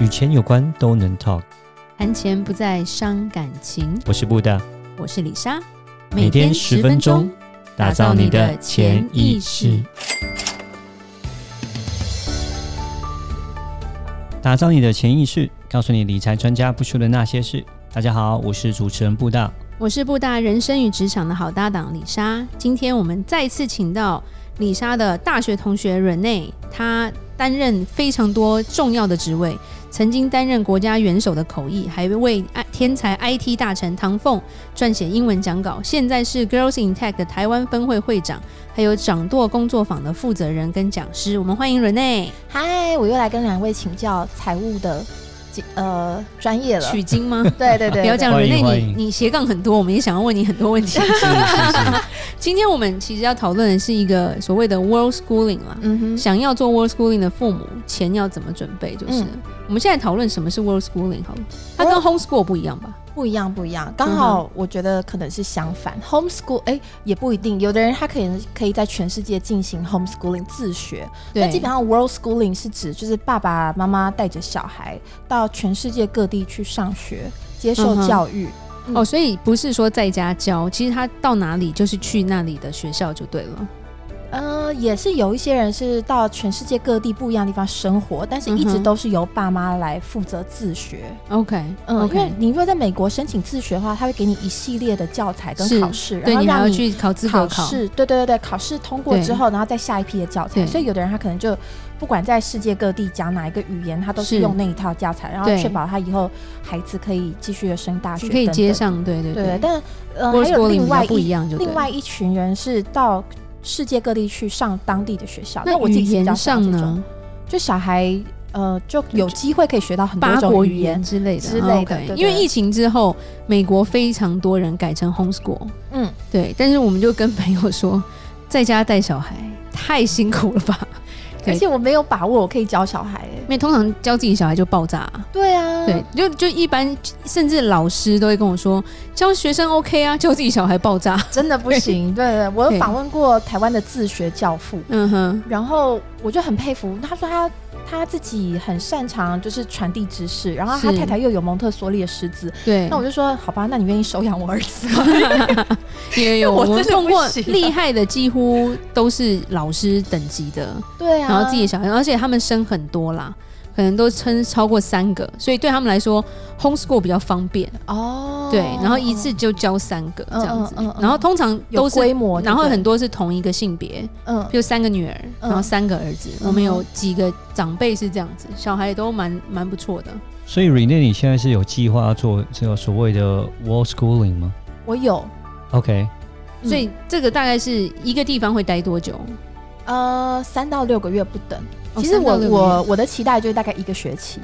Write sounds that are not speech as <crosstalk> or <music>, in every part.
与钱有关都能 talk。谈钱不再伤感情。我是布大，我是李莎，每天十分钟，打造你的潜意识，打造你的潜意识，告诉你理财专家不说的那些事。大家好，我是主持人布 <laughs> 大。我是布大人生与职场的好搭档李莎。今天我们再次请到李莎的大学同学 Rene，她担任非常多重要的职位，曾经担任国家元首的口译，还为天才 IT 大臣唐凤撰写英文讲稿，现在是 Girls in Tech 的台湾分会会长，还有掌舵工作坊的负责人跟讲师。我们欢迎 Rene 嗨，我又来跟两位请教财务的呃专业了。取经 <laughs> 吗？对对对，不要这样欢迎，Rene，欢你迎你斜杠很多，我们也想要问你很多问 <laughs> 题。是是是，今天我们其实要讨论的是一个所谓的 world schooling 啦，嗯哼，想要做 world schooling 的父母，钱要怎么准备？就是、嗯我们现在讨论什么是 world schooling 好了，它跟 homeschool 不一样吧？不一样不一样，刚好我觉得可能是相嗯反。homeschool 哎、也不一定，有的人他可以可以在全世界进行 homeschooling 自学，但基本上 world schooling 是指就是爸爸妈妈带着小孩到全世界各地去上学，接受嗯哼教育。哦，所以不是说在家教，其实他到哪里就是去那里的学校就对了。呃，也是有一些人是到全世界各地不一样的地方生活，但是一直嗯哼都是由爸妈来负责自学。 OK，嗯，因 OK 为你如果在美国申请自学的话，他会给你一系列的教材跟是考试，然对后你还要让你去考资格考考，试，对对对对，考试通过之后，然后再下一批的教对材。所以有的人他可能就不管在世界各地讲哪一个语言，他都是是用那一套教材，然后对确保他以后孩子可以继续的升大学，可以接。上，对对对对，但呃， world 还有 schooling 另比外较不一一样就对了另外一群人是到世界各地去上当地的学校。那我语自己是比言较少上这种，呢，就小孩呃就有机会可以学到很多八种国语语言言。之类的哦之类的 OK，对对因为疫情之后，美国非常多人改成 homeschool，嗯，对，但是我们就跟朋友说，在家带小孩太辛苦了吧？对而且我没有把握我可以教小孩、欸因。为通常教自己小孩就爆炸、对啊，对，就就一般，甚至老师都会跟我说，教学生 OK 啊，教自己小孩爆炸，真的不行。对对，我对有访问过台湾的自学教父，嗯哼，然后我就很佩服，他说他他自己很擅长就是传递知识，然后他是太太又有蒙特梭利的师资，对，那我就说好吧，那你愿意收养我儿子吗？ <laughs> 也 <laughs> 有我我们真的碰不过行啊厉害的，几乎都是老师等级的，对啊，然后自己的小孩，而且他们生很多啦，可能都称超过三个，所以对他们来说，homeschool 比较方便。哦，对，然后一次就教三个这样子嗯嗯嗯，嗯然后通常有都是规模就对然后很多是同一个性别，嗯就三个女儿，嗯然后三个儿子。嗯我们有几个长辈是这样子，小孩都蛮蛮不错的。所以 Rene，你现在是有计划要做这个所谓的 world schooling 吗我有？OK，嗯所以这个大概是一个地方会待多久？呃三到六个月不等。哦其实三到我六个月我我的期待就是大概一个学期，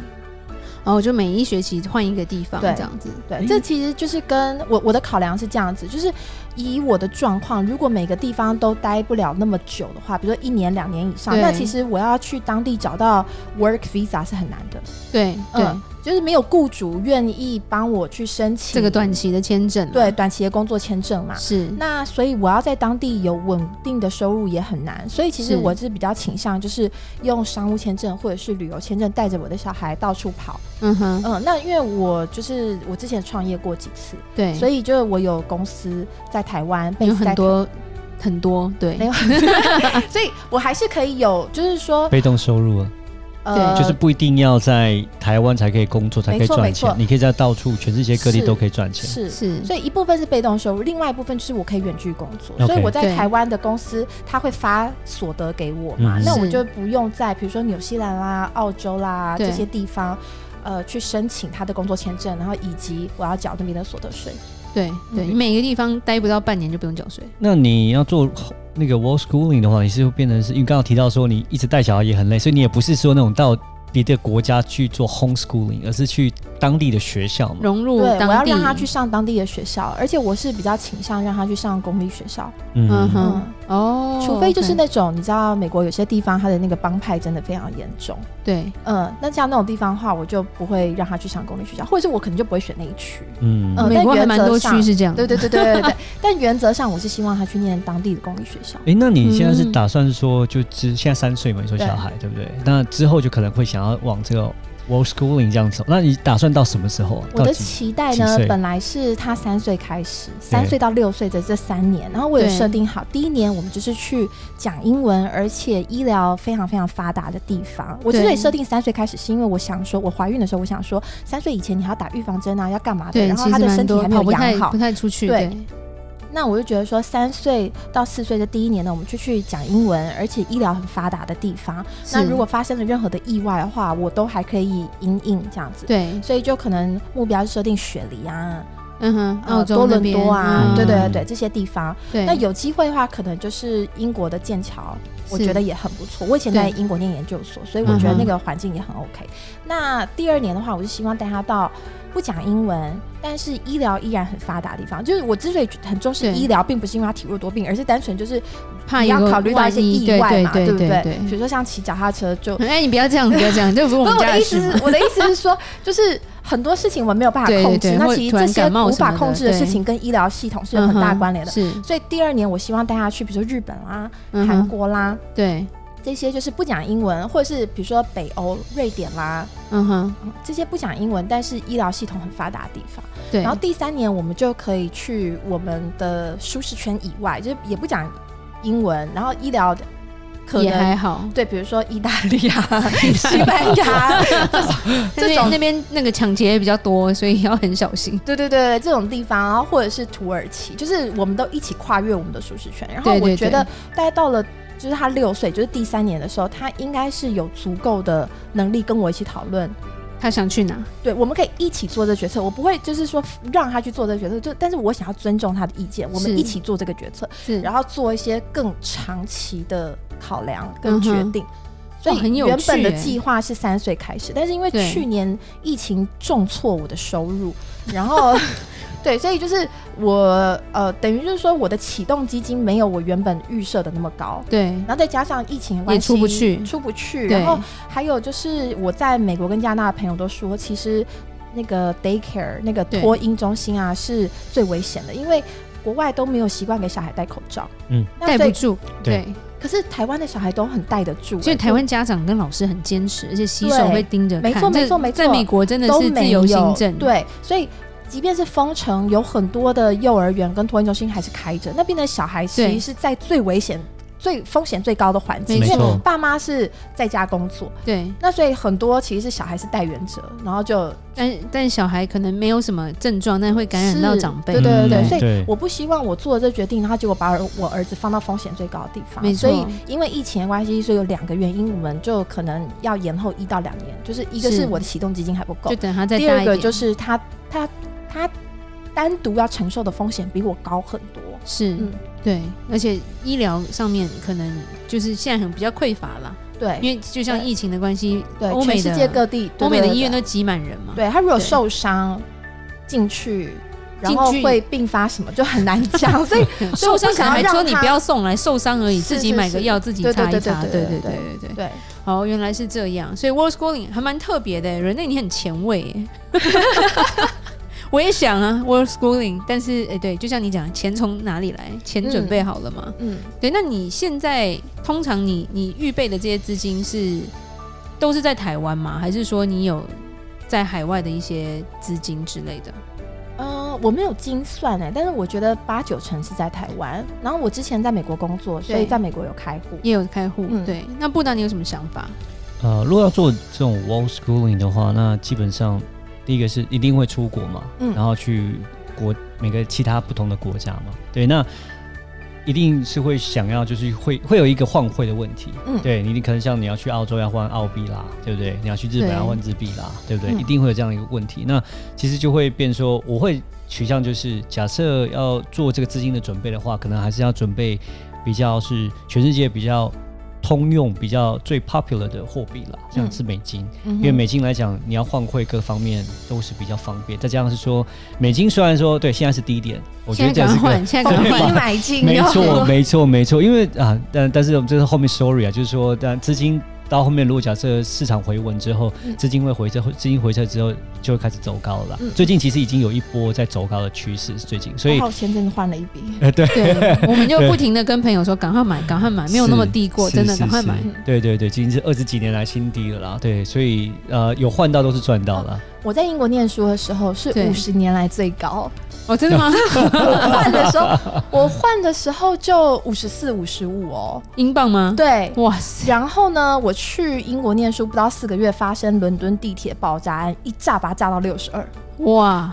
哦，就每一学期换一个地方对这样子。对，嗯这其实就是跟我我的考量是这样子，就是以我的状况，如果每个地方都待不了那么久的话，比如说一年、两年以上，对那其实我要去当地找到 work visa 是很难的，对对，嗯就是没有雇主愿意帮我去申请这个短期的签证啊对短期的工作签证嘛。是那所以我要在当地有稳定的收入也很难，所以其是实我是比较倾向就是用商务签证或者是旅游签证带着我的小孩到处跑。嗯哼嗯，那因为我就是我之前创业过几次，对，所以就是我有公司在台湾，有 base 在很多很多对没有 <laughs> 台，所以我还是可以有，就是说，被动收入啊，呃，就是不一定要在台湾才可以工作，才可以没错赚没错钱，你可以在到处全世界各地是都可以赚钱。是。是所以一部分是被动收入，另外一部分就是我可以远距工作 OK 所以我对在台湾的公司，它会发所得给我嘛，嗯那我是就不用在比如说纽西兰啦、澳洲啦对这些地方，呃，去申请他的工作签证，然后以及我要缴那边的所得税。对对，嗯你每个地方待不到半年就不用缴税。那你要做那个 world schooling 的话，你是会变成是，因为刚刚有提到说你一直带小孩也很累，所以你也不是说那种到别的国家去做 homeschooling，而是去当地的学校嘛。融入对，我哦当要地，让他去上当地的学校，而且我是比较倾向让他去上公立学校，嗯嗯，哼，哦，除非就是那 OK，种你知道美国有些地方它的那个帮派真的非常严重。对，嗯，那像那种地方的话，我就不会让他去上公立学校，或者是我可能就不会选那一区。嗯呃嗯。美但国还原蛮则多上区是这样 <laughs> 对的，对对对对对。 <laughs> 但原则上，我是希望他去念当地的公立学校。诶，那你现在是嗯打算说，就之现在三岁嘛，你说小孩对不对？那之后就可能会想要往这个 world schooling 这样走。那你打算到什么时候啊？我到的几期待几呢岁，本来是他三岁开始，三岁到六岁的这三年，然后我有对设定好，第一年我们就是去讲英文，而且医疗非常非常发达的地方。我之所以设定三岁开始，是因为我想说，我怀孕的时候，我想说三岁以前你还要打预防针啊，要干嘛的？对，然后其他实的身蛮体多还没跑有不养太好不，太出去，对对那我就觉得说，三岁到四岁的第一年呢，我们就去讲英文，而且医疗很发达的地方。那是如果发生了任何的意外的话，我都还可以隐隐这样子。，对，所以就可能目标是设定雪梨啊、嗯哼，呃澳洲多那伦边多啊，嗯对对对嗯对这些地方。对，那有机会的话，可能就是英国的剑桥，我是觉得也很不错。我以前在对英国念研究所，所以我觉得嗯哼那个环境也很 OK。那第二年的话，我就希望带他到不讲英文，但是医疗依然很发达的地方。就是我之所以很重视对医疗，并不是因为他体弱多病，而是单纯就是怕你有要个考虑到一些万一意外嘛，对不对对？对 <laughs> 比如说像骑脚踏车就。哎，你不要这样，不要这样，这不是我不们是我家的的意事嗯思吗是，我的意思是说， <laughs> 就是很多事情我没有办法对对控对制。那或其实突然这些感冒无什么法的控制的对事情跟医疗系统是有很大关联的。嗯哼所以第二年我希望带他去，比如说日本啦、是嗯韩、哼国啦，对，这些就是不讲英文，或者是比如说北欧、瑞典啦，嗯哼，嗯这些不讲英文，但是医疗系统很发达的地方。对，然后第三年我们就可以去我们的舒适圈以外，就是也不讲英文，然后医疗的可也能还好，对，比如说意大利啊、 <laughs> 西班 <laughs> 牙，啊这这边种那边那个抢劫比较多，所以要很小心。 <laughs> 对对对，这种地方，然后或者是土耳其，就是我们都一起跨越我们的舒适圈。然后对对我觉得，大概到了就是他六岁，就是第三年的时候，他应该是有足够的能力跟我一起讨论。他想去哪？对，我们可以一起做这决策。我不会就是说让他去做这决策，就但是我想要尊重他的意见，我是们一起做这个决策，是，然后做一些更长期的考量跟嗯哼决定。所以很有原本的趣欸计划是三岁开始，但是因为对去年疫情重挫我的收 <laughs> 入，然后对，所以就是我呃，等于就是说我的启动基金没有我原本预设的那么高。对，然后再加上疫情的关系，也出不去出不去。对然后还有就是，我在美国跟加拿大的朋友都说，其实那个 daycare 那个对托婴中心啊是最危险的，因为国外都没有习惯给小孩戴口罩。嗯，那带所不以住，对对，可是台湾的小孩都很戴得住、所以欸台湾家长跟老师很坚持，而且洗手对会盯着看。没错这没错没错在美国真的都是自没由有行政，，对，所以。即便是封城，有很多的幼儿园跟托婴中心还是开着，那边的小孩其对实是在最危险、最风险最高的环境，没因为错爸妈是在家工作，对，那所以很多其实是小孩是带原者，然后就但但小孩可能没有什么症状，但会感染到是长辈。对对对对，嗯所对以我不希望我做了这决定，然后结果把我儿子放到风险最高的地方。没错所以因为疫情的关系，所以有两个原因，我们就可能要延后一到两年，就是一个是是我的启动基金还不够就，等他再第大二一个点，就是他他他单独要承受的风险比我高很多。是嗯对，而且医疗上面可能就是现在很比较匮乏了，因对为就像对疫情的关系，对，欧全美的世界各地，对欧美的对对医院都挤满人嘛。对他如果对受伤进去。然后进去会并发什么就很难 <laughs> 讲，所以 <laughs> 对，所以受我不伤可能想还要说让你他不要送来，受伤而已，是自己是买个是药自己对对擦一对擦。对对对对对对对对。对，哦，原来是这样，所以 World Schooling 还蛮特别的。欸人类，你很前卫耶。 <laughs> 我也想啊，World Schooling，但是哎、对，就像你讲，钱从哪里来？钱准备好了吗？嗯，对，那你现在通常你你预备的这些资金是都是在台湾吗？还是说你有在海外的一些资金之类的？呃，我没有精算哎、但是我觉得八九成是在台湾。然后我之前在美国工作，所以对在美国有开户。也有开户，嗯对。那布达你有什么想法？呃，如果要做这种 wall schooling 的话，那基本上第一个是一定会出国嘛，嗯然后去国每个其他不同的国家嘛，对，那一定是会想要就是会会有一个换汇的问题，嗯对你可能像你要去澳洲要换澳币啦，对不对？你要去日本对嗯要换日币啦，对不对？嗯一定会有这样一个问题。那其实就会变说，我会取向就是假设要做这个资金的准备的话，可能还是要准备比较是全世界比较通用、比较最 popular 的货币啦，像是美金。嗯因为美金来讲，你要换汇各方面都是比较方便，再加上是说，美金虽然说对现在是低点，我觉现得在这赶是快个换，现在对赶快吧换。买 <laughs> 进没错，没错，没错，因为啊，但但是我们这是后面 sorry 啊，就是说，但资金到后面如果假设市场回稳之后嗯，资金会回撤，资金回撤之后就会开始走高了啦。嗯哦最近其实已经有一波在走高的趋势，最近，所以还好前阵子换了一笔，呃对。对，我们就不停的跟朋友说，赶快买，赶快 <laughs> 买，没有那么低过，是真的是赶快是买。对对对，已经是二十几年来新低了啦。对，所以呃，有换到都是赚到了。我在英国念书的时候是对五十年来最 <laughs> 高，哦，真 <laughs> 的吗？我换的时候，我换的时候就五十四、五十五哦。英镑吗？，对，哇塞，然后呢，我去英国念书不到四个月，发生伦敦地铁爆炸案，一炸把它炸到六十二。哇，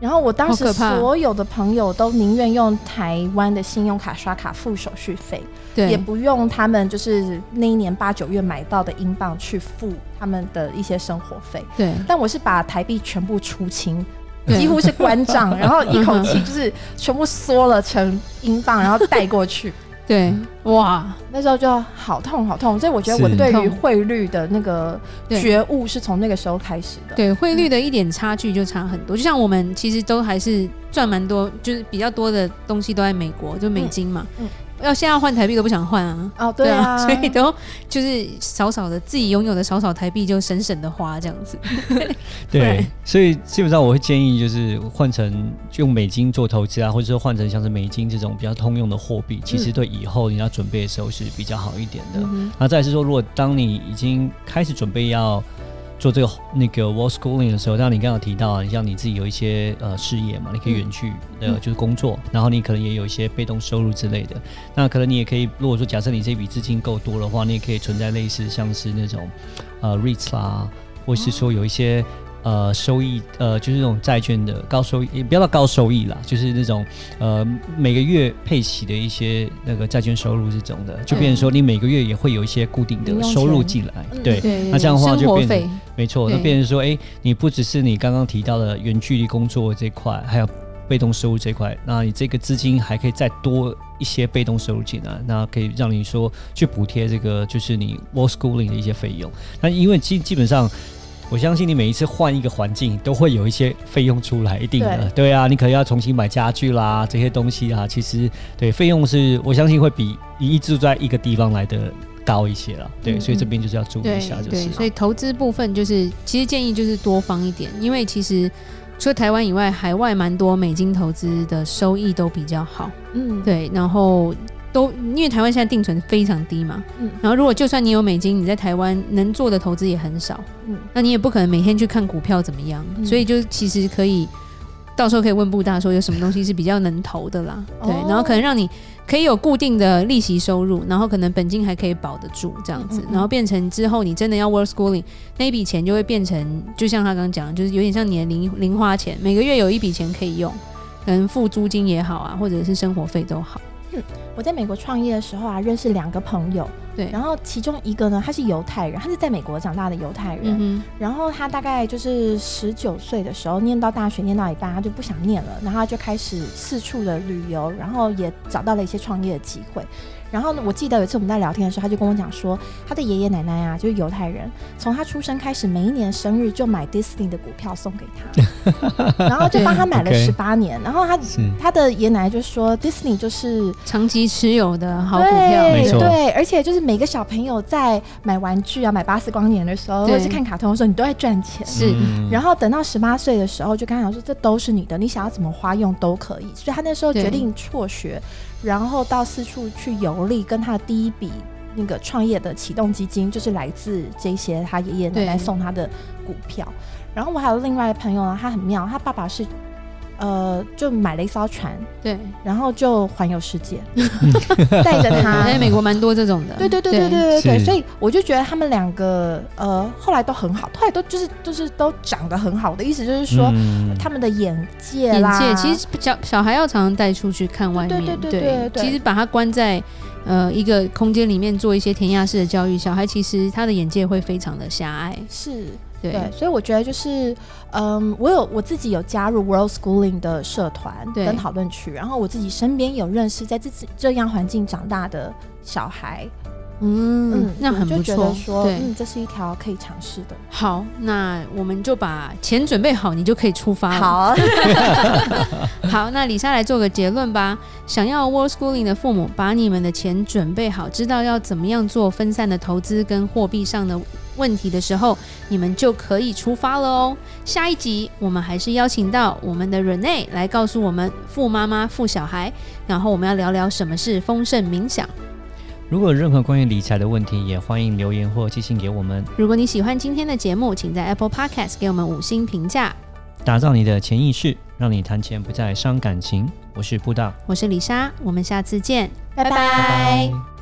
然后我当时好可怕所有的朋友都宁愿用台湾的信用卡刷卡付手续费，也对，不用他们就是那一年八九月买到的英镑去付他们的一些生活费。对，但我是把台币全部出清，对几乎是关 <laughs> 账，然后一口气就是全部缩了成英镑，然后带 <laughs> 过去。对，哇，那时候就好痛好痛，所以我觉得我是对于痛汇率的那个对觉悟是从那个时候开始的。对，汇率的一点差距就差很多。就像我们其实都还是赚蛮多，就是比较多的东西都在美国，就美金嘛。嗯要现在换台币都不想换啊。哦，对啊， <laughs> 所以都就是少少的自己拥有的少少台币就省省的花这样子。对对，所以基本上我会建议就是换成用美金做投资啊，或者说换成像是美金这种比较通用的货币，其实对以后你要准备的时候是比较好一点的。嗯那再来是说，如果当你已经开始准备要做这个那个 wall schooling 的时候，像你刚刚有提到啊，像你自己有一些呃事业嘛，你可以远距的、嗯就是工作，然后你可能也有一些被动收入之类的。那可能你也可以，如果说假设你这笔资金够多的话，你也可以存在类似像是那种呃 REITs 啦，或哦是说有一些。呃，收益呃，就是那种债券的高收益，也不要到高收益啦，就是那种呃每个月配息的一些那个债券收入这种的，就变成说你每个月也会有一些固定嗯零的用收入钱进来嗯，对，对那这样的话生就活变费成没错，那对变成说，哎、你不只是你刚刚提到的远距离工作这块，还有被动收入这块，那你这个资金还可以再多一些被动收入进来，那可以让你说去补贴这个就是你 wall schooling 的一些费用。那因为基基本上。我相信你每一次换一个环境，都会有一些费用出来，一定的。对啊，你可能要重新买家具啦，这些东西啊，其实对费用是我相信会比你一直住在一个地方来的高一些啦。对，嗯所以这嗯边就是要注意一对下，就是对，了所以投资部分就是，其实建议就是多方一点，因为其实除了台湾以外，海外蛮多美金投资的收益都比较好。嗯，对，然后都因为台湾现在定存非常低嘛，嗯然后如果就算你有美金，你在台湾能做的投资也很少，嗯那你也不可能每天去看股票怎么样，嗯所以就其实可以。到时候可以问布大说有什么东西是比较能投的啦，对哦，然后可能让你可以有固定的利息收入，然后可能本金还可以保得住这样子嗯嗯，嗯然后变成之后你真的要 work schooling 那一笔钱就会变成，就像他刚刚讲，就是有点像你的零零花钱，每个月有一笔钱可以用，可能付租金也好啊，或者是生活费都好。我在美国创业的时候啊，认识两个朋友，对，然后其中一个呢，他是犹太人，他是在美国长大的犹太人，嗯然后他大概就是十九岁的时候，念到大学念到一半，他就不想念了，然后他就开始四处的旅游，然后也找到了一些创业的机会。然后呢，我记得有一次我们在聊天的时候，他就跟我讲说，他的爷爷奶奶啊，就是犹太人，从他出生开始，每一年生日就买 Disney 的股票送给他，然后就帮他买了 OK 十八年。然后他是他的爷爷奶奶就说，Disney 就是哼，长期持有的好股对票，没错对，而且就是每个小朋友在买玩具啊、买巴斯光年的时候，或对者是看卡通的时候，你都在赚钱。是嗯然后等到十八岁的时候，就跟他讲说，这都是你的，你想要怎么花用都可以。所以他那时候对决定辍学，然后到四处去游历，跟他的第一笔那个创业的启动基金，就是来自这些他爷爷奶奶对送他的股票。然后我还有另外一个朋友啊，他很妙，他爸爸是呃，就买了一艘船，对，然后就环游世界，带着我 <laughs> 他在美国蛮多这种的，对对对对对对对，是所以我就觉得他们两个呃，后来都很好，后来都就是就是都长得很好。我的意思就是说，嗯他们的眼界眼啦，界其实小小孩要常常带出去看外面，对对对对对其实把他关在呃一个空间里面做一些填鸭式的教育，小孩其实他的眼界会非常的狭隘，是对对，所以我觉得就是嗯，我有我自己有加入 World Schooling 的社团对跟讨论区，然后我自己身边有认识在自己这样环境长大的小孩。嗯，那很我不就觉得错。说，对，嗯，这是一条可以尝试的。好，那我们就把钱准备好，你就可以出发了。好， <laughs> 好，那李莎来做个结论吧。想要 World Schooling 的父母，把你们的钱准备好，知道要怎么样做分散的投资跟货币上的问题的时候，你们就可以出发了哦。下一集我们还是邀请到我们的 Rene 来告诉我们富妈妈、富小孩，然后我们要聊聊什么是丰盛冥想。如果有任何关于理财的问题，也欢迎留言或寄信给我们。如果你喜欢今天的节目，请在 Apple Podcast 给我们五星评价。打造你的潜意识，让你谈钱不再伤感情。我是布大，我是李莎，我们下次见，拜拜拜拜